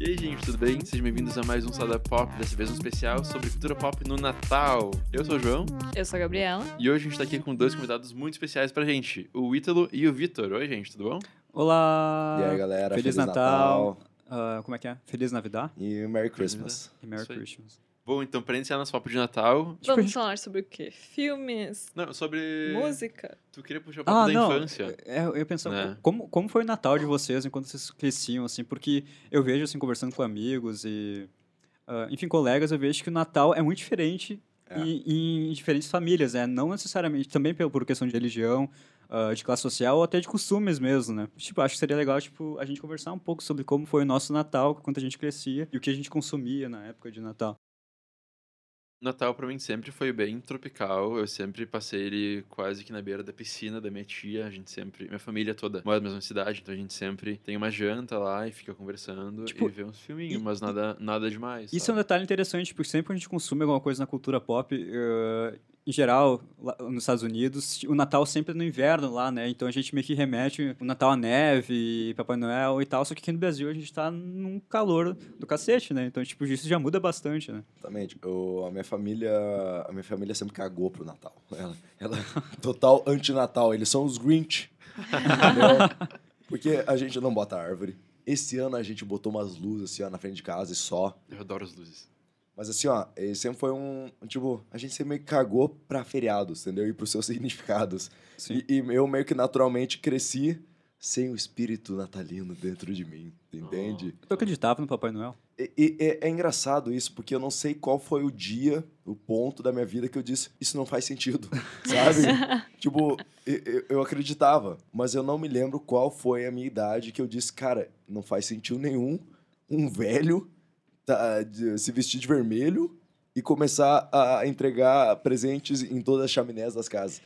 E aí, gente, tudo bem? Sejam bem-vindos a mais um Sada Pop, dessa vez um especial sobre cultura pop no Natal. Eu sou o João Eu sou a Gabriela. e hoje a gente tá aqui com dois convidados muito especiais pra gente, o Ítalo e o Vitor. Oi, gente, tudo bom? Olá! E aí, galera, Feliz Feliz, Natal. Ah, como é que é? Feliz Navidad e Merry Christmas. e Merry Isso aí. Christmas. Bom, então, pra iniciar nosso papo de Natal... Tipo, a Vamos gente- É. falar sobre o quê? Filmes, Não, sobre... música. Tu queria puxar o papo Ah, da não. infância. É, eu pensava, Né? como, como foi o Natal de vocês enquanto vocês cresciam, assim? Porque eu vejo, assim, conversando com amigos e... ah, enfim, colegas, eu vejo que o Natal é muito diferente É. em, em diferentes famílias, né? Não necessariamente, também pelo- por questão de religião, ah, de classe social ou até de costumes mesmo, né? Tipo, acho que seria legal, tipo, a gente conversar um pouco sobre como foi o nosso Natal, quanto a gente crescia e o que a gente consumia na época de Natal. Natal pra mim sempre foi bem tropical, eu sempre passei ele quase que na beira da piscina da minha tia, a gente sempre, minha família toda mora na mesma cidade, então a gente sempre tem uma janta lá e fica conversando Tipo, e vê uns filminhos, e- mas nada, nada demais. Isso é um sabe? detalhe interessante, porque sempre que a gente consome alguma coisa na cultura pop, eh, em geral, lá nos Estados Unidos, o Natal sempre é no inverno lá, né? Então a gente meio que remete o Natal à neve, Papai Noel e tal, só que aqui no Brasil a gente tá num calor do cacete, né? Então, tipo, isso já muda bastante, né? Exatamente. Eu- a, minha família, a minha família sempre cagou pro Natal. Ela, ela total anti-Natal. Eles são os Grinch. entendeu? Porque a gente não bota árvore. Esse ano a gente botou umas luzes assim, ó, na frente de casa e só. é um Eu adoro as luzes. Mas assim, ó, ele sempre foi um. Tipo, a gente sempre meio que cagou pra feriados, entendeu? E pros seus significados. Sim. E, e eu meio que naturalmente cresci sem o espírito natalino dentro de mim, entende? Tu acreditava no Papai Noel? E, e- é- é engraçado isso, porque eu não sei qual foi o dia, o ponto da minha vida que eu disse, isso não faz sentido, sabe? tipo, e- e- eu acreditava, mas eu não me lembro qual foi a minha idade que eu disse, cara, não faz sentido nenhum um velho tá, de- se vestir de vermelho e começar a entregar presentes em todas as chaminés das casas.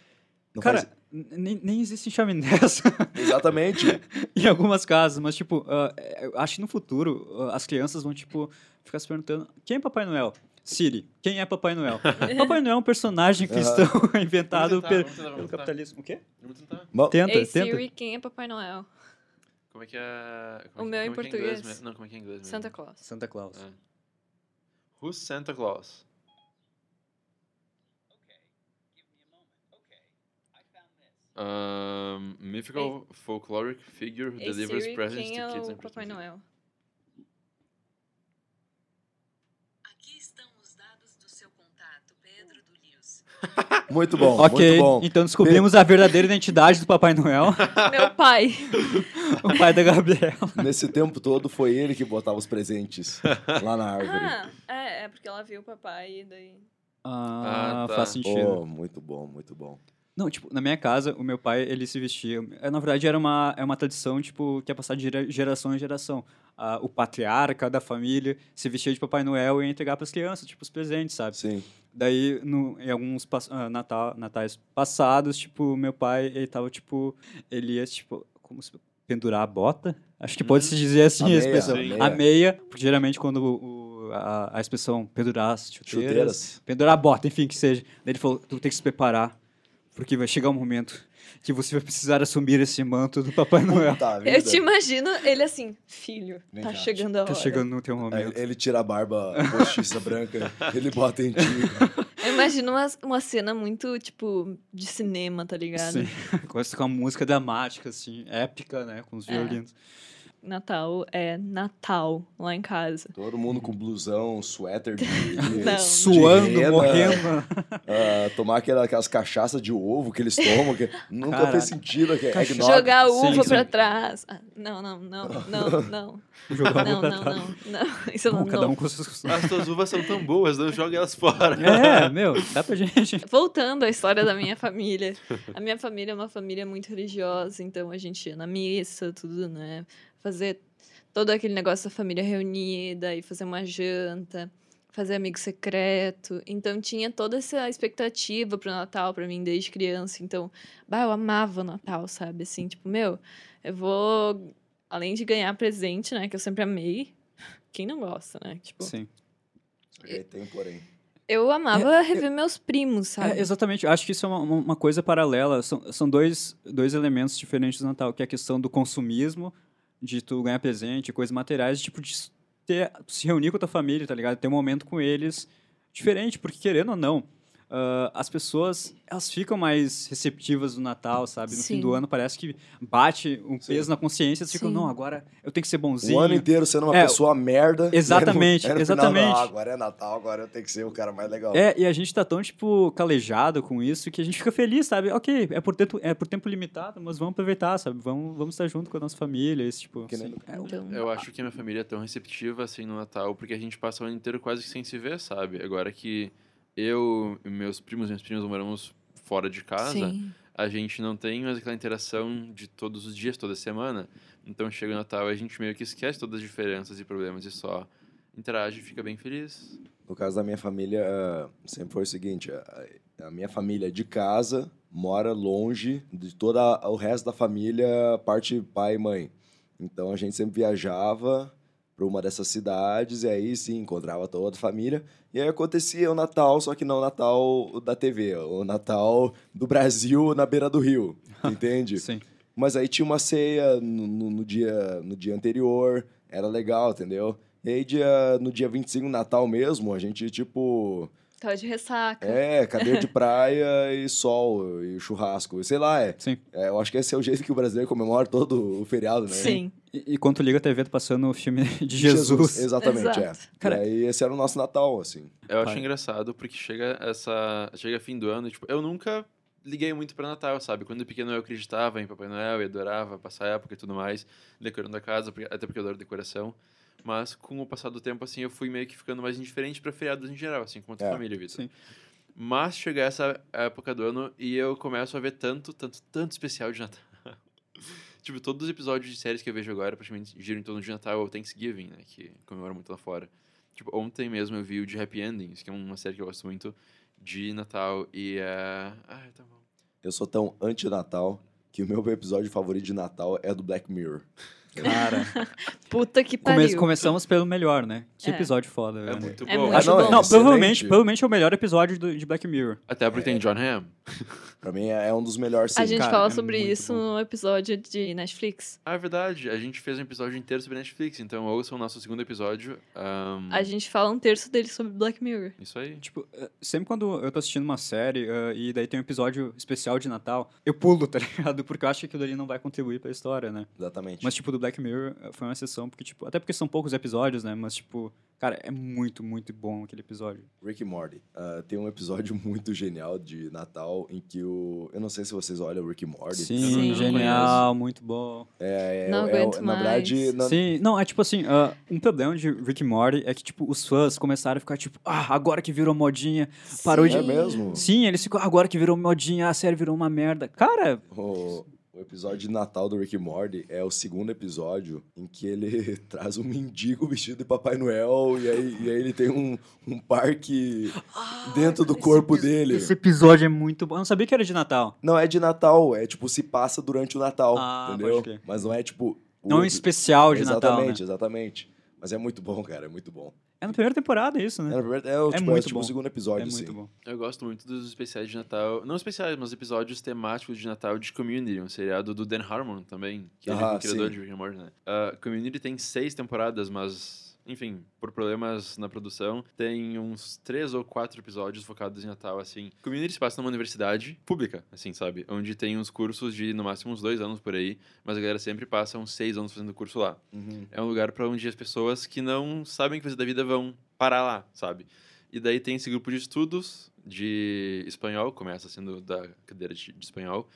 Não Cara, faz... n- nem, nem existem chaminés Exatamente. em algumas casas, mas, tipo, ah, eh, eu acho que no futuro ah, as crianças vão, tipo, ficar se perguntando: quem é Papai Noel? Siri, quem é Papai Noel? Papai Noel é um personagem cristão inventado Vamos tentar, pe- vamos tentar, pelo vamos tentar. capitalismo. O quê? Vamos tentar. Mas- Tenta, Ei, tenta. Siri, quem é Papai Noel? Como é que é. O Como meu é, em como é que é inglês português. mesmo? Não, como é que é em inglês mesmo? Santa Claus. Santa Claus. É. Who's Santa Claus? Um, mythical folkloric figure who Ei, delivers Siri, presents quem to é kids o and Christmas Papai Eve. Noel? Aqui estão os dados do seu contato, Pedro do Lius. Muito bom, Ok, muito bom. então descobrimos a verdadeira identidade do Papai Noel, Meu pai. o pai da Gabriela. Nesse tempo todo foi ele que botava os presentes lá na árvore. Ah, é, é porque ela viu o papai e daí... Ah, Ah, tá. faz sentido. Oh, muito bom, muito bom. Não, tipo, na minha casa, o meu pai, ele se vestia... é, Na verdade, era uma, é uma tradição, tipo, que é passar de gera- geração em geração. Ah, o patriarca da família se vestia de Papai Noel e ia entregar pras crianças, tipo, os presentes, sabe? Sim. Daí, no, em alguns pas- ah, natal, natais passados, tipo, meu pai, ele tava, tipo, ele ia, tipo, como se pendurar a bota? Acho que pode se dizer assim A a meia, expressão. sim. A meia, porque geralmente quando o, o- a, a expressão pendurar as chuteiras, Chuteiras. pendurar a bota, enfim, que seja. Daí ele falou, tu tem que se preparar, porque vai chegar um momento que você vai precisar assumir esse manto do Papai Noel. Puta vida. Eu te imagino ele assim, filho, Vem tá cá. chegando a hora. Tá chegando no teu Aí momento. É, Ele tira a barba postiça branca, ele bota em ti. Eu imagino uma, uma cena muito, tipo, de cinema, tá ligado? Sim, começa com uma música dramática, assim, épica, né, com os É. violinos. Natal é Natal lá em casa. Todo mundo com blusão, suéter de, de- Não. de Suando, renda, morrendo. ah, tomar aquela, aquelas cachaças de ovo que eles tomam, que nunca Caraca. fez sentido. Que é Cachaça- eggnog. Jogar a uva sim. pra trás. Ah, não, não, não, não, não. Jogar Não, pra não, trás. não, não. Isso eu Bom, não. cada não. um com suas costumes. As tuas uvas são tão boas, não joga elas fora. É, meu, dá pra gente. Voltando à história da minha família. A minha família é uma família muito religiosa, então a gente ia na missa, tudo, né? Fazer todo aquele negócio da família reunida e fazer uma janta, fazer amigo secreto. Então tinha toda essa expectativa pro Natal pra mim desde criança. Então, bah, eu amava o Natal, sabe? Assim, tipo, meu, eu vou além de ganhar presente, né, que eu sempre amei. Quem não gosta, né? Tipo, Sim. E aí Tem, porém. Eu amava É, rever meus primos, sabe? É, exatamente. Eu Acho que isso é uma, uma- uma coisa paralela. São, são dois, dois elementos diferentes do Natal, que é a questão do consumismo, de tu ganhar presente, coisas materiais, tipo, de s- ter, se reunir com a tua família, tá ligado? Ter um momento com eles diferente, porque querendo ou não, ah, as pessoas, elas ficam mais receptivas no Natal, sabe? No fim Sim. do ano parece que bate um Sim. peso na consciência, elas ficam, Sim. não, agora eu tenho que ser bonzinho. O Um ano inteiro sendo uma É, pessoa merda. exatamente, Aí no- aí no exatamente. Final, "Ah, agora é Natal, agora eu tenho que ser o cara mais legal. É, e a gente tá tão, tipo, calejado com isso que a gente fica feliz, sabe? Ok, é por tempo, é por tempo limitado, mas vamos aproveitar, sabe? Vamos, vamos estar junto com a nossa família, esse tipo... Que nem assim. É, Então, Eu acho que a minha família é tão receptiva assim no Natal, porque a gente passa o ano inteiro quase que sem se ver, sabe? Agora que eu e meus primos e minhas primas moramos fora de casa, sim. a gente não tem mais aquela interação de todos os dias, toda semana. Então chega o Natal e a gente meio que esquece todas as diferenças e problemas e só interage e fica bem feliz. No caso da minha família, ah, sempre foi o seguinte: a- a minha família é de casa mora longe de todo o resto da família, parte pai e mãe. Então a gente sempre viajava para uma dessas cidades e aí sim encontrava toda a família. E aí acontecia o Natal, só que não o Natal da TV, o Natal do Brasil na beira do rio, entende? Sim. Mas aí tinha uma ceia no, no- no dia, no dia anterior, era legal, entendeu? E aí dia, no dia 25, Natal mesmo, a gente, tipo, Tava Tá de ressaca. é, cadeira de praia e sol e churrasco, sei lá, é. Sim. É, Eu acho que esse é o jeito que o brasileiro comemora todo o feriado, né? Sim. E, e quando tu liga a TV, tá passando o filme de Jesus. Exatamente, Exato. é. Cara- E aí esse era o nosso Natal, assim. Eu acho Pai. engraçado porque chega essa. Chega fim do ano, tipo, eu nunca liguei muito pra Natal, sabe? Quando pequeno eu acreditava em Papai Noel e adorava passar a época e tudo mais, decorando a casa, porque- até porque eu adoro decoração. Mas com o passar do tempo, assim, eu fui meio que ficando mais indiferente pra feriados em geral, assim, com a tua É, família, Vitor. Sim. Mas chega essa época do ano e eu começo a ver tanto, tanto, tanto especial de Natal. tipo, todos os episódios de séries que eu vejo agora praticamente giram em torno de Natal ou Thanksgiving, né? Que comemora muito lá fora. Tipo, ontem mesmo eu vi o de Happy Endings, que é uma série que eu gosto muito de Natal e é. Ah, tá bom. Eu sou tão anti-Natal que o meu episódio favorito de Natal é do Black Mirror. Cara, Puta que come- pariu. começamos pelo melhor, né? Que É. episódio foda, É velho. muito É bom. muito Ah, não, bom. é Não, excelente. provavelmente, provavelmente é o melhor episódio do- de Black Mirror. Até porque tem John Hamm. Pra mim é é um dos melhores, sim. a gente cara, fala é sobre muito isso bom. no episódio de Netflix. Ah, é verdade. A gente fez um episódio inteiro sobre Netflix, então ouçam o nosso segundo episódio. Hum. ahn, A gente fala um terço dele sobre Black Mirror. Isso aí. Tipo, eh, sempre quando eu tô assistindo uma série eh, e daí tem um episódio especial de Natal, eu pulo, tá ligado? Porque eu acho que aquilo ali não vai contribuir pra história, né? Exatamente. Mas, tipo, do Black Mirror eh, foi uma exceção, porque, tipo, até porque são poucos episódios, né? Mas, tipo, cara, é muito, muito bom aquele episódio. Rick e Morty. Ah, tem um episódio muito genial de Natal em que o. Eu não sei se vocês olham o Rick e Morty. Sim, Eu não- não genial, muito bom. É, Não é- é- aguento Na verdade, mais. na- Sim, não, é tipo assim, ah, um problema de Rick and Morty é que, tipo, os fãs começaram a ficar, tipo, ah, agora que virou modinha. Parou de- é mesmo. Sim, eles ficam, "Ah, agora que virou modinha, a série virou uma merda. Cara, O, o episódio de Natal do Rick e Morty é o segundo episódio em que ele traz um mendigo vestido de Papai Noel e aí, e aí ele tem um, um parque Ah, dentro do corpo dele. esse episódio é muito bom. Eu não sabia que era de Natal. Não, é de Natal, é tipo, se passa durante o Natal, Ah, entendeu? pode crer. Mas não é tipo. o- Não um especial de Natal, né? Exatamente, exatamente. Mas é muito bom, cara, é muito bom. É na primeira temporada isso, É, né? na primeira- é, o- É tipo, é, muito tipo, o bom. segundo É episódio, sim. muito bom. Eu gosto muito dos especiais de Natal. Não especiais, mas episódios temáticos de Natal de Community, um seriado do Dan Harmon também, que ele é Ah, o criador sim. de Rick and Morty, né? Ah, Community tem seis temporadas, mas, enfim, por problemas na produção, tem uns três ou quatro episódios focados em Natal, assim. Community se passa numa universidade pública, assim, sabe? Onde tem uns cursos de, no máximo, uns dois anos por aí, mas a galera sempre passa uns seis anos fazendo curso lá Uhum. é um lugar pra onde as pessoas que não sabem o que fazer da vida vão parar lá, sabe? E daí tem esse grupo de estudos de espanhol, começa sendo da cadeira de, de espanhol,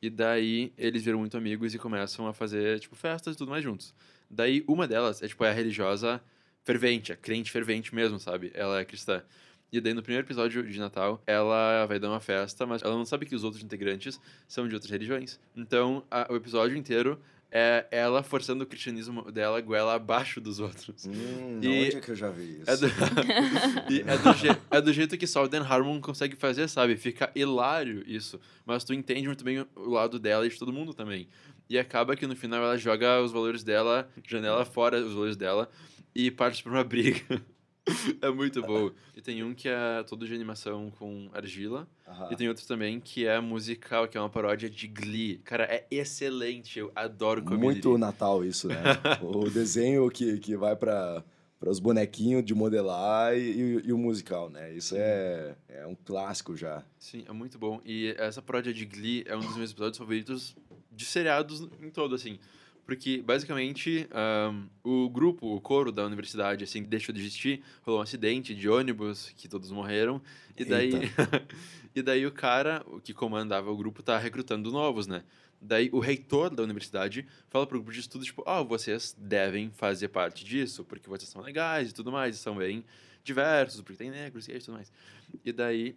e daí eles viram muito amigos e começam a fazer, tipo, festas e tudo mais juntos. Daí uma delas é, tipo, é a religiosa fervente, a crente fervente mesmo, sabe? Ela é cristã. E daí no primeiro episódio de Natal, ela vai dar uma festa, mas ela não sabe que os outros integrantes são de outras religiões. Então, a- o episódio inteiro é ela forçando o cristianismo dela goela abaixo dos outros. Hum, Uhum. E- onde é que eu já vi isso? É do, e é, do je- é do jeito que só o Dan Harmon consegue fazer, sabe? Fica hilário isso. Mas tu entende muito bem o- o lado dela e de todo mundo também. E acaba que no final ela joga os valores dela, janela fora os valores dela, e parte pra uma briga. É muito bom. E tem um que é todo de animação com argila. Aham. E tem outro também que é musical, que é uma paródia de Glee. Cara, é excelente. Eu adoro comédia. Muito Natal isso, né? o desenho que, que vai para os bonequinhos de modelar e, e- e o musical, né? Isso é, é um clássico já. Sim, é muito bom. E essa paródia de Glee é um dos meus episódios favoritos de seriados em todo, assim. Porque, basicamente, ahn, o grupo, o coro da universidade, assim, deixou de existir. Rolou um acidente de ônibus, que todos morreram. E daí, e daí o cara, o que comandava o grupo, tá recrutando novos, né? Daí o reitor da universidade fala pro grupo de estudos, tipo, ó, vocês devem fazer parte disso, porque vocês são legais e tudo mais, e são bem diversos, porque tem negros, gays e tudo mais. E daí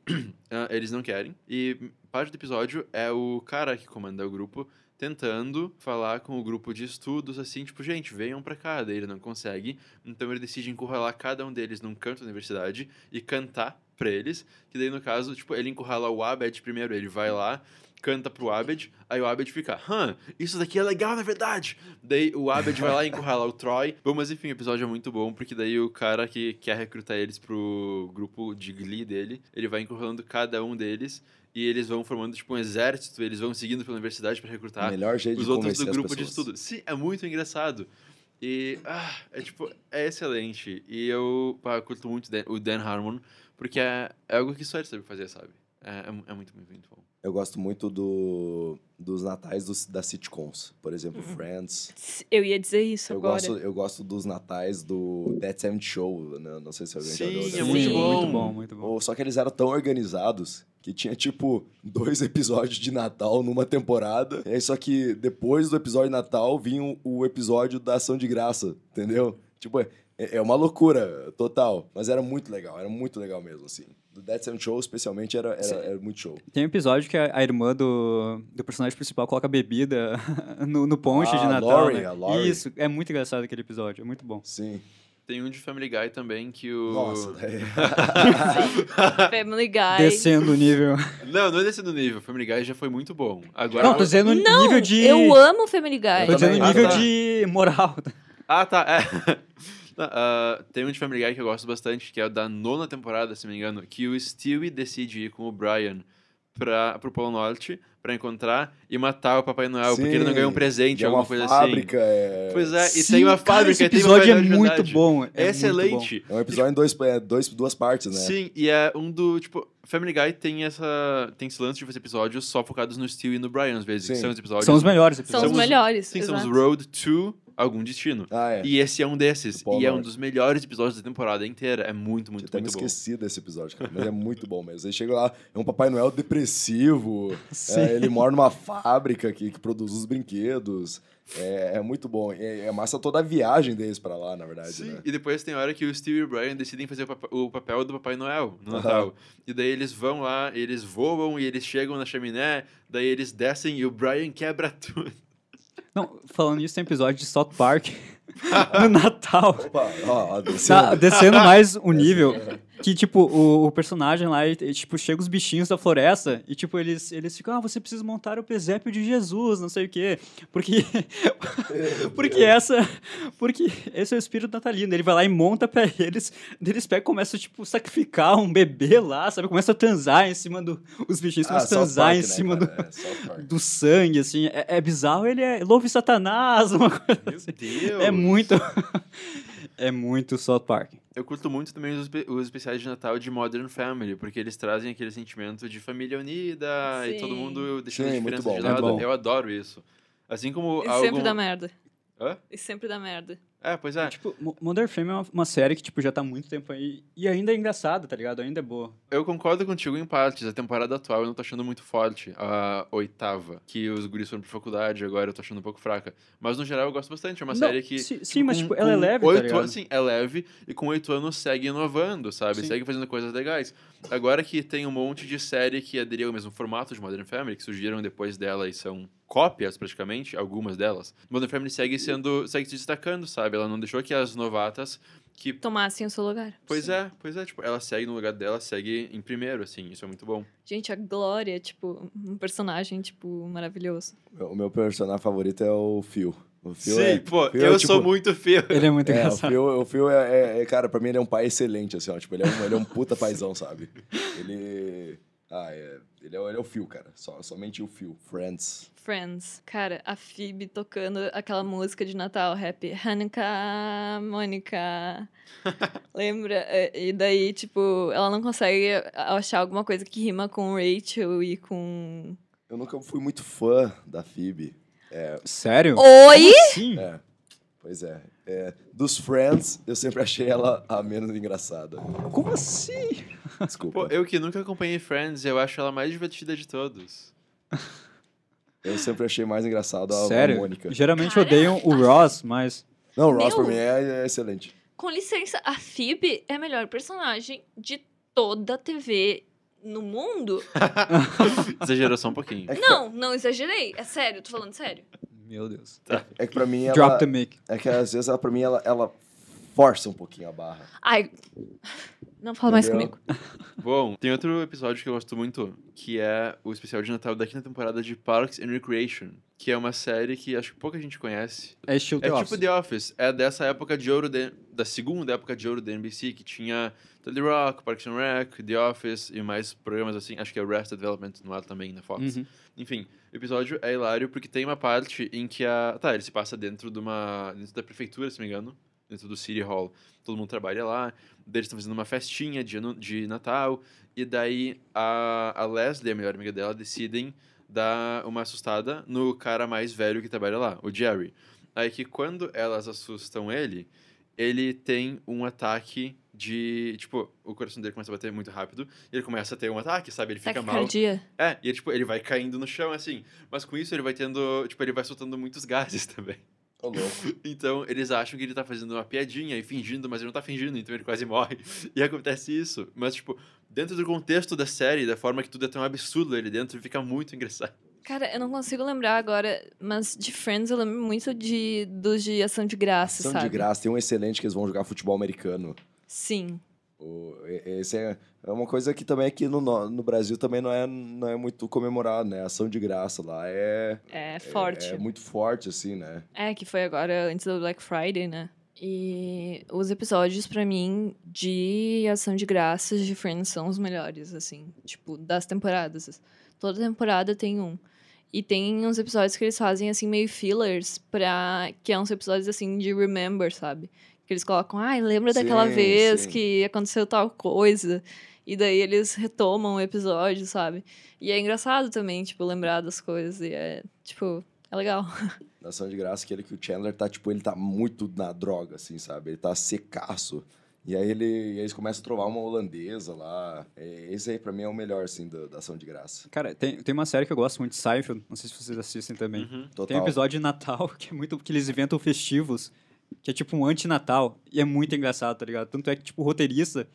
ah, eles não querem. E parte do episódio é o cara que comanda o grupo tentando falar com o grupo de estudos, assim, tipo, gente, venham pra cá. Daí ele não consegue. Então ele decide encurralar cada um deles num canto da universidade e cantar pra eles. Que daí, no caso, tipo, ele encurrala o Abed primeiro, ele vai lá. Canta pro Abed, aí o Abed fica, hã, isso daqui é legal na verdade. Daí o Abed vai lá e encurralar o Troy. Bom, mas enfim, o episódio é muito bom, porque daí o cara que quer recrutar eles pro grupo de Glee dele, ele vai encurralando cada um deles e eles vão formando tipo um exército, eles vão seguindo pela universidade pra O recrutar melhor jeito Tá. os de outros convencer do grupo as de pessoas. estudo. Sim, é muito engraçado. E, ah, é tipo, é excelente. E eu pá, curto muito Dan- o Dan Harmon, porque é, é algo que só ele sabe fazer, sabe? É, é mu- é muito, muito, muito bom. Eu gosto muito do, dos natais dos, das sitcoms. Por exemplo, Uhum. Friends. Eu ia dizer isso Eu agora. gosto, eu gosto dos natais do That 70 Show. né? Não sei se alguém já Sim, viu. é That 70 muito Show. bom. Muito bom, muito bom. Ou só que eles eram tão organizados que tinha, tipo, dois episódios de Natal numa temporada. É só que depois do episódio de Natal vinha o- o episódio da Ação de Graça, entendeu? Tipo, é, é uma loucura total. Mas era muito legal, era muito legal mesmo, assim. Do Dead Seven Show, especialmente, era, era, era muito show. Tem um episódio que a, a irmã do, do personagem principal coloca bebida no, no ponche Ah, de a Natal. Lori, né? a Lori. Isso, é muito engraçado aquele episódio, é muito bom. Sim. Tem um de Family Guy também que o. Nossa, né? é, daí- Family Guy. Descendo o nível. Não, não é desse do nível. Family Guy já foi muito bom. Agora. Não, tô dizendo o Não, nível de. eu amo Family Tô Guy. também. dizendo Ah, nível tá. de moral. Ah, tá. É. Não, ah, tem um de Family Guy que eu gosto bastante, que é o da nona temporada, se não me engano, que o Stewie decide ir com o Brian pra, pro Polo Norte pra encontrar e matar o Papai Noel, porque ele não Sim, ganhou um presente, é uma alguma coisa fábrica, é... assim. Pois é, e Sim, tem uma cara, fábrica Esse e tem episódio é uma muito verdade. bom. É, É, muito bom. excelente. é um episódio em dois, é, dois, duas partes, né? Sim, e é um do, tipo, Family Guy tem essa tem esse lance de fazer episódios só focados no Stewie e no Brian, às vezes, que Sim. são os episódios... São os melhores São São episódios. os os- melhores. Sim, são os exato. Road to algum destino. Ah, é. E esse é um desses. Do Polo E é um Norte. dos melhores episódios da temporada inteira. É muito, muito, Eu até tá me muito bom. esqueci desse episódio, cara, mas é muito bom mesmo. Aí chega lá, é um Papai Noel depressivo, Sim. é, ele mora numa fábrica que, que produz os brinquedos. É, é muito bom. É, é massa toda a viagem deles pra lá, na verdade, Sim, né? e depois tem hora que o Steve e o Brian decidem fazer o, papa- o papel do Papai Noel no Aham. Natal. E daí eles vão lá, eles voam e eles chegam na chaminé, daí eles descem e o Brian quebra tudo. Não, falando nisso, tem episódio de South Park no Natal. Opa, ó, ó, desceu. Tá descendo mais um nível que, tipo, o, o personagem lá, e, e, tipo, chega os bichinhos da floresta e, tipo, eles, eles ficam, ah, você precisa montar o presépio de Jesus, não sei o quê. Porque. porque essa. Porque esse é o espírito natalino. Ele vai lá e monta pra eles, daí eles pegam e começam, tipo, sacrificar um bebê lá, sabe? Começa a transar em cima do. Os bichinhos Ah, começam South a transar Park, em né, cima do. cara? É, South Park. Do sangue, assim, é, é bizarro, ele é louve Satanás, uma coisa Meu assim. Deus! É muito. é muito South Park. Eu curto muito também os, espe- os especiais de Natal de Modern Family, porque eles trazem aquele sentimento de família unida e todo Sim. mundo deixando Sim, as muito diferenças bom, de muito lado. bom. Eu adoro isso. Assim como E algo... sempre dá merda. Hã? E sempre dá merda. É, pois é. Tipo, Mo- Modern Family é uma, uma série que, tipo, já tá há muito tempo aí e ainda é engraçada, tá ligado? Ainda é boa. Eu concordo contigo em partes. A temporada atual eu não tô achando muito forte. A oitava, que os guris foram pra faculdade, agora eu tô achando um pouco fraca. Mas no geral eu gosto bastante. É uma Não, série que. sim- sim, mas, tipo, ela é leve, tá Oito ligado? anos, sim, é leve. E com oito anos segue inovando, sabe? Sim. Segue fazendo coisas legais. Agora que tem um monte de série que aderiu ao mesmo formato de Modern Family, que surgiram depois dela e são cópias praticamente, algumas delas. Modern Family segue sendo. segue se destacando, sabe? sabe? Ela não deixou que as novatas que Tomassem o seu lugar. Pois é, pois é, tipo, ela segue no lugar dela, segue em primeiro, assim, isso é muito bom. Gente, a Glória, tipo, um personagem, tipo, maravilhoso. O meu personagem favorito é o Phil. O Phil Sim, é- pô, Phil é, eu, tipo, sou muito feio. Ele é muito É, o engraçado. Phil, o Phil é, é- é- cara, pra mim ele é um pai excelente, assim, ó. Tipo, ele é um, ele é um puta paizão, sabe? Ele. Ah, é, ele, é, o- ele é o Phil, cara. Só, somente o Phil. Friends. Friends. Cara, a Phoebe tocando aquela música de Natal, rap. Hanukkah, Mônica. Lembra? É, E daí, tipo, ela não consegue achar alguma coisa que rima com Rachel e com. Eu nunca fui muito fã da Phoebe. Sério? Oi! Sim. É. Pois é. É, Dos Friends, eu sempre achei ela a menos engraçada. Como assim? Pô, Desculpa. eu que nunca acompanhei Friends, eu acho ela mais divertida de todos. Eu sempre achei mais engraçado a, a Sério? Mônica. Geralmente Cara, odeiam o Ross, mas. Não, o Ross Meu. pra mim é, é excelente. Com licença, a Phoebe é a melhor personagem de toda a TV no mundo? Exagerou só um pouquinho. É Não, não exagerei. É sério, tô falando sério. Meu Deus. É que pra mim ela. Drop the mic. É que às vezes ela, pra mim ela, ela força um pouquinho a barra. Ai. Não fala mais Entendeu? comigo. Bom, tem outro episódio que eu gosto muito, que é o especial de Natal da quinta temporada de Parks and Recreation, que é uma série que acho que pouca gente conhece. É estilo É The tipo Office. The Office, é dessa época de ouro, de- da segunda época de ouro da NBC, que tinha The Rock, Parks and Rec, The Office e mais programas assim, acho que é Arrested Development no ar também, na Fox. Uhum. Enfim, o episódio é hilário porque tem uma parte em que a. Tá, ele se passa dentro de uma. dentro da prefeitura, se não me engano. Dentro do City Hall. Todo mundo trabalha lá. Daí eles estão fazendo uma festinha de, ano, de Natal. E daí a, a Leslie, a melhor amiga dela, decidem dar uma assustada no cara mais velho que trabalha lá, o Jerry. Aí que quando elas assustam ele, ele tem um ataque de. Tipo, o coração dele começa a bater muito rápido. E ele começa a ter um ataque, sabe? Tá Ele fica mal. Taquicardia. É, e tipo, ele vai caindo no chão, assim. Mas com isso ele vai tendo. Tipo, ele vai soltando muitos gases também. Ô, louco. Então eles acham que ele tá fazendo uma piadinha e fingindo, mas ele não tá fingindo, então ele quase morre. E acontece isso. Mas, tipo, dentro do contexto da série, da forma que tudo é tão absurdo ali dentro, fica muito engraçado. Cara, eu não consigo lembrar agora, mas de Friends eu lembro muito de, dos de Ação de Graça, São sabe? de graça. Tem um excelente que eles vão jogar futebol americano. Sim. O- e- Esse é é uma coisa que também aqui no, no no Brasil também não é, não é muito comemorado, né? Ação de graça lá é, É é- forte. é muito forte, assim, né? É, que foi agora antes do Black Friday, né? E os episódios, pra mim, de Ação de Graças de Friends são os melhores, assim. Tipo, das temporadas. Toda temporada tem um. E tem uns episódios que eles fazem, assim, meio fillers, pra... que é uns episódios, assim, de remember, sabe? Que eles colocam, ai, lembra daquela Sim, vez sim. que aconteceu tal coisa. E daí eles retomam o episódio, sabe? E é engraçado também, tipo, lembrar das coisas. E é, tipo, é legal. Na ação de graça, aquele que o Chandler tá, tipo, ele tá muito na droga, assim, sabe? Ele tá secaço. E aí ele e aí eles começam a trovar uma holandesa lá. É, Esse aí, pra mim, é o melhor, assim, do- da ação de graça. Cara, tem, tem uma série que eu gosto muito, Seinfeld. Não sei se vocês assistem também. Uhum. Total. Tem um episódio de Natal que é muito. que eles inventam festivos, que é tipo um anti-Natal. E é muito engraçado, tá ligado? Tanto é que, tipo, o roteirista.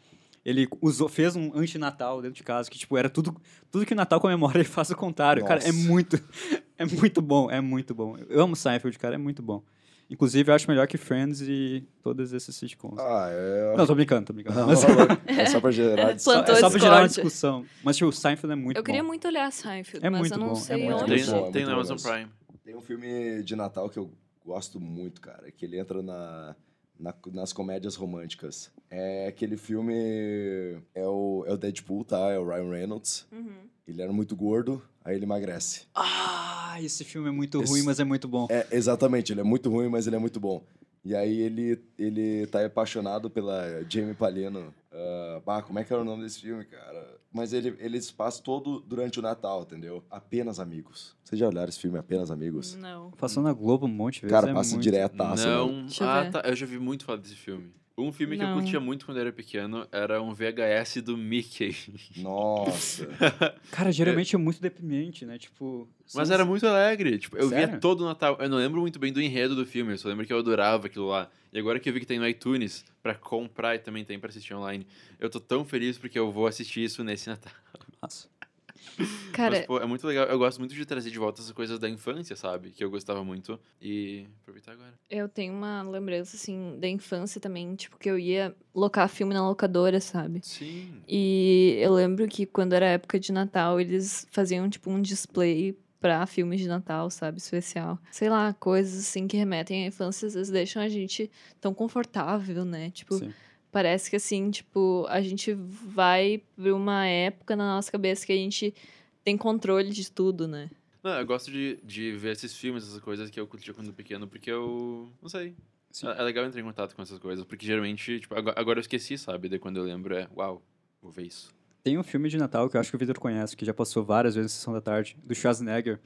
Ele usou, fez um anti-Natal dentro de casa, que, tipo, era tudo, tudo que o Natal comemora, ele faz o contrário. Cara, é Nossa. muito, é muito bom, é muito bom. Eu amo Seinfeld, cara, é muito bom. Inclusive, eu acho melhor que Friends e todas essas sitcoms. Ah, é... Não, tô brincando, tô brincando. Não, Mas, é só pra gerar... só- Plantou é só pra gerar discórdia. uma discussão. Mas, tipo, Seinfeld é muito Eu queria bom. muito olhar Seinfeld, É mas muito eu não bom, é sei muito onde. Tem, bom, é tem muito no Amazon legal Prime. Tem um filme de Natal que eu gosto muito, cara, que ele entra na, na- nas comédias românticas. É aquele filme. É o, é o Deadpool, tá? É o Ryan Reynolds. Uhum. Ele era muito gordo, aí ele emagrece. Ah, esse filme é muito Esse- ruim, mas é muito bom. É, exatamente, ele é muito ruim, mas ele é muito bom. E aí ele, ele tá apaixonado pela Jamie Palino. Ah, bah, como é que era o nome desse filme, cara? Mas ele, ele se passa todo durante o Natal, entendeu? Apenas Amigos. Vocês já olharam esse filme, Apenas Amigos? Não. Passou na Globo um monte de vezes. Cara, Hum, é passa muito... diretaço. né? Não. Deixa eu Ah, ver. tá. Eu já vi muito falar desse filme. Um filme que eu Não. curtia muito quando era pequeno era um VHS do Mickey. Nossa. Cara, geralmente é muito deprimente, né? Tipo. Mas são- era muito alegre. Tipo, eu via Sério? todo o Natal. Eu não lembro muito bem do enredo do filme, eu só lembro que eu adorava aquilo lá. E agora que eu vi que tem no iTunes pra comprar e também tem pra assistir online, eu tô tão feliz porque eu vou assistir isso nesse Natal. Nossa. Mas, Cara, pô, é muito legal. Eu gosto muito de trazer de volta essas coisas da infância, sabe? Que eu gostava muito. E aproveitar agora. eu tenho uma lembrança, assim, da infância também, tipo, que eu ia locar filme na locadora, sabe? Sim. E eu lembro que quando era época de Natal, eles faziam, tipo, um display pra filmes de Natal, sabe? Especial. Sei lá, coisas assim que remetem à infância, às vezes deixam a gente tão confortável, né? Tipo, Sim. Parece que assim, tipo, a gente vai pra uma época na nossa cabeça que a gente tem controle de tudo, né? Não, eu gosto de, de ver esses filmes, essas coisas que eu curtia quando pequeno, porque eu. Não sei. Sim. É é legal entrar em contato com essas coisas, porque geralmente, tipo, agora, agora eu esqueci, sabe? Daí quando eu lembro é, uau, vou ver isso. Tem um filme de Natal que eu acho que o Victor conhece, que já passou várias vezes na sessão da tarde, do Schwarzenegger,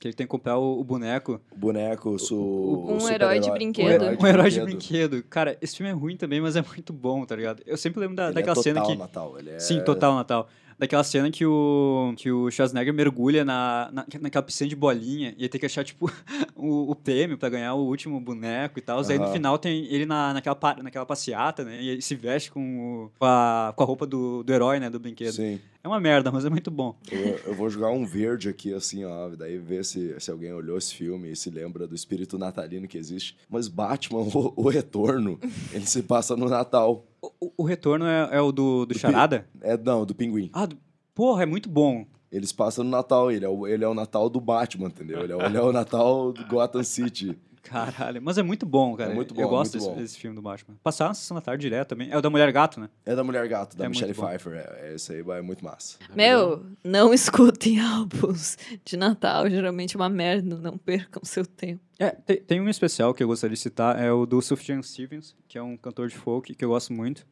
que ele tem que comprar o, o boneco. O boneco, o, su- Um o herói super-herói. de Um brinquedo. Um herói de brinquedo. Cara, esse filme é ruim também, mas é muito bom, tá ligado? Eu sempre lembro da, Ele é daquela cena total que. Natal, ele é- Sim, total Natal. Daquela cena que o, que o Schwarzenegger mergulha na, na, naquela piscina de bolinha e ele tem que achar, tipo, o, o prêmio pra ganhar o último boneco e tal. Daí no Aham. final tem ele na, naquela, pa- naquela passeata, né? E ele se veste com, o- com, a, com a roupa do, do herói, né? Do brinquedo. Sim. É uma merda, mas é muito bom. Eu, eu vou jogar um verde aqui, assim, ó. Daí ver se, se alguém olhou esse filme e se lembra do espírito natalino que existe. Mas Batman, o, o retorno, ele se passa no Natal. O- O, o retorno é, é o do, do Do Charada? É, não, do Pinguim. Ah, do- porra, é muito bom. Eles passam no Natal, ele é o, ele é o Natal do Batman, entendeu? Ele é, o- ele é o Natal do Gotham City. Caralho, mas é muito bom, cara. É muito bom, Eu é gosto muito desse, bom. desse filme do Batman. Passar na sessão da tarde direto também. É o da Mulher Gato, né? É da Mulher Gato, da É muito Michelle bom. Pfeiffer. É, é isso aí, vai, é muito massa. Meu, não escutem álbuns de Natal, geralmente é uma merda, não percam seu tempo. É, te- tem, um especial que eu gostaria de citar, é o do Sufjan Stevens, que é um cantor de folk que eu gosto muito.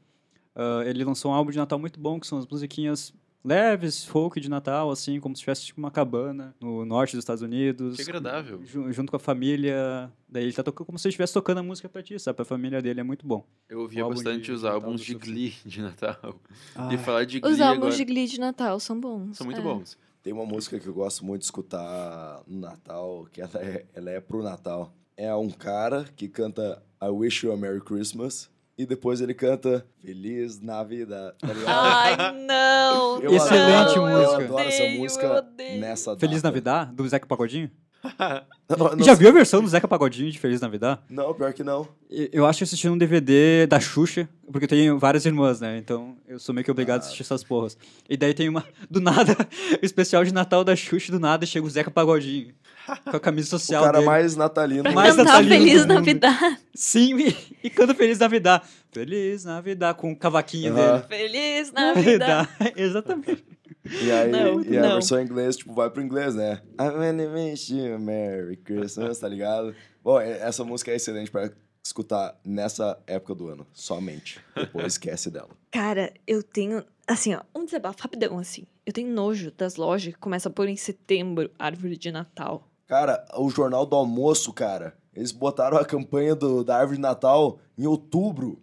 Ah, ele lançou um álbum de Natal muito bom, que são as musiquinhas leves, folk de Natal, assim, como se tivesse tipo, uma cabana no norte dos Estados Unidos. Que agradável. ju- junto com a família. Daí ele tá tocando como se ele estivesse tocando a música pra ti, sabe? Pra família dele, é muito bom. Eu ouvia álbum bastante de- os de Natal álbuns do de Sofia. Glee de Natal. Ah, E falar de Glee Os álbuns agora de Glee de Natal são bons. são muito é. bons. Tem uma música que eu gosto muito de escutar no Natal, que ela é, ela é pro Natal. É um cara que canta I Wish You a Merry Christmas e depois ele canta Feliz Navidad. Tá ligado? Ai, não! Eu Excelente não, música. Eu Eu adoro essa odeio, música né? eu odeio. nessa data. Feliz Navidad, do Zeca Pagodinho? Não, não- Já viu a versão do Zeca Pagodinho de Feliz Navidad? Não, pior que não. E- Eu acho que assisti um DVD da Xuxa, porque eu tenho várias irmãs, né? Então eu sou meio que obrigado a Ah. assistir essas porras. E daí tem uma, do nada, o especial de Natal da Xuxa, do nada chega o Zeca Pagodinho, com a camisa O social cara dele. mais natalino. Pra Mais cantar natalino Feliz do mundo. Navidad. Sim, e, e canta Feliz Navidad. Feliz Navidad, com o cavaquinho Aham. dele. Feliz Navidad. Exatamente. E aí, Não, e a não. versão em inglês, tipo, vai pro inglês, né? I'm gonna wish you a Merry Christmas, tá ligado? Bom, e- essa música é excelente pra escutar nessa época do ano, somente. Depois esquece dela. Cara, eu tenho. Assim, ó, um desabafo rapidão, assim. Eu tenho nojo das lojas que começam a pôr em setembro árvore de Natal. Cara, o Jornal do Almoço, cara, eles botaram a campanha do, da Árvore de Natal em outubro,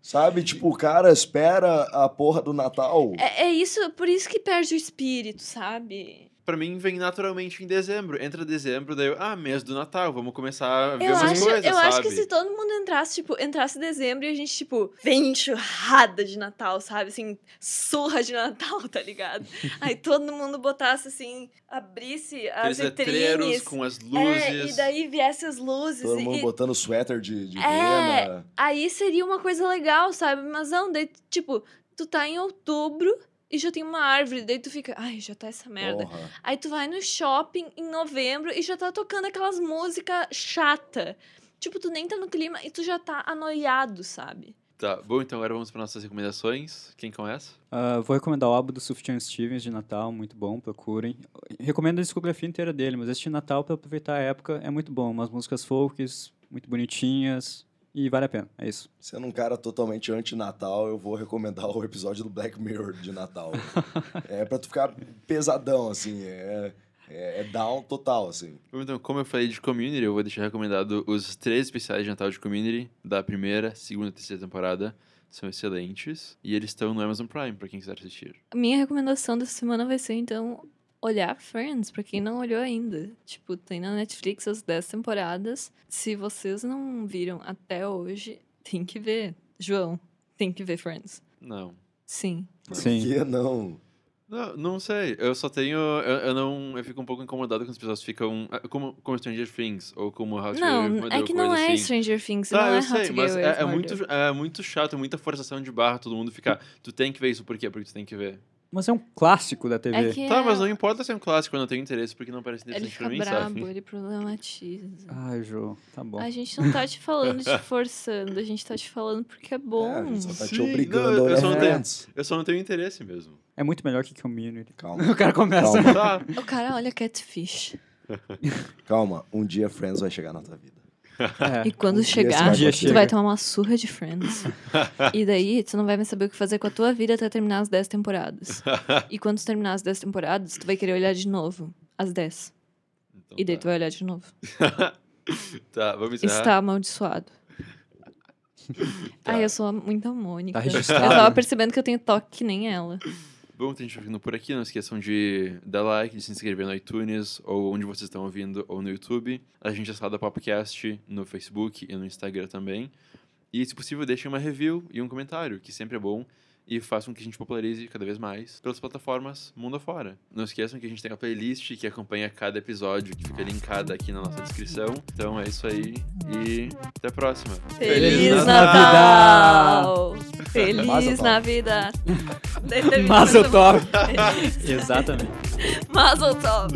sabe? Tipo, o cara espera a porra do Natal. É, é isso, por isso que perde o espírito, sabe? Pra mim, vem naturalmente em dezembro. Entra dezembro, daí eu, ah, mês do Natal, vamos começar a ver Eu, umas acho, coisas, eu sabe? acho que se todo mundo entrasse, tipo, entrasse dezembro e a gente, tipo, vem enxurrada de Natal, sabe? Assim, surra de Natal, tá ligado? Aí todo mundo botasse, assim, abrisse as Aqueles letreiros vitrines. com as É, e luzes. daí viesse as luzes. Todo mundo e, botando suéter de, de É. rena. aí seria uma coisa legal, sabe? Mas não, daí, tipo, tu tá em outubro e já tem uma árvore, daí tu fica, ai, já tá essa merda. Porra. Aí tu vai no shopping em novembro e já tá tocando aquelas músicas chata. Tipo, tu nem tá no clima e tu já tá anoiado, sabe? Tá, bom, então agora vamos para nossas recomendações. Quem começa? Ah, vou recomendar o álbum do Sufjan Stevens de Natal, muito bom, procurem. Recomendo a discografia inteira dele, mas este Natal, pra aproveitar a época, é muito bom. Umas músicas folks, muito bonitinhas, e vale a pena, é isso. Sendo um cara totalmente anti-Natal, eu vou recomendar o episódio do Black Mirror de Natal. é pra tu ficar pesadão, assim. É, é, é down total, assim. Bom, Então, como eu falei de Community, eu vou deixar recomendado os três especiais de Natal de Community, da primeira, segunda e terceira temporada. São excelentes. E eles estão no Amazon Prime, pra quem quiser assistir. A minha recomendação dessa semana vai ser, então, olhar Friends, pra quem não olhou ainda. Tipo, tem na Netflix as 10 temporadas. Se vocês não viram até hoje, tem que ver. João, tem que ver Friends. Não. Sim. Por que não? Não, não sei. Eu só tenho. Eu, eu não. Eu fico um pouco incomodado quando as pessoas ficam. ah, Como, como Stranger Things, ou como How to Get Away with Não, Murder, é ou que não coisa é assim. Stranger Things, Tá, não eu é How sei, to Get mas Away é, with é Murder. muito, é muito chato, é muita forçação de barra todo mundo ficar. Tu tem que ver isso, por quê? Porque tu tem que ver. Mas é um clássico da TV. É que Tá, é- mas não importa se é um clássico, eu não tenho interesse, porque não parece ele interessante fica pra mim, brabo, sabe? ele problematiza. Ai, Jô, tá bom. A gente não tá te falando te forçando, a gente tá te falando porque é bom. É, a gente só tá te Sim, obrigando não, a eu olhar só não tenho- Friends. Eu só não tenho interesse mesmo. É muito melhor que Community. Calma, O cara começa. calma, Tá, O cara olha Catfish. calma. Um dia Friends vai chegar na tua vida. É. E quando Um dia chegar, esse dia tu chega. vai tomar uma surra de Friends. e daí, tu não vai mais saber o que fazer com a tua vida até terminar as 10 temporadas. E quando tu terminar as 10 temporadas, tu vai querer olhar de novo. As 10. então E daí tu tá. vai olhar de novo. Tá, vamos encerrar. Está amaldiçoado. Ai, eu sou muito a Mônica. Tá eu registrado. tava percebendo que eu tenho toque que nem ela. Bom, tem gente ouvindo por aqui. Não esqueçam de dar like, de se inscrever no iTunes, ou onde vocês estão ouvindo, ou no YouTube. A gente é da Popcast no Facebook e no Instagram também. E, se possível, deixem uma review e um comentário, que sempre é bom. E façam com que a gente popularize cada vez mais pelas plataformas mundo afora. Não esqueçam que a gente tem a playlist que acompanha cada episódio, que fica linkada aqui na nossa descrição. Então é isso aí e até a próxima. Feliz Navidad! Navidad! Feliz Mazel tov. Navidad! Daí termina Mas eu com topo. essa- Exatamente. Mazel tov!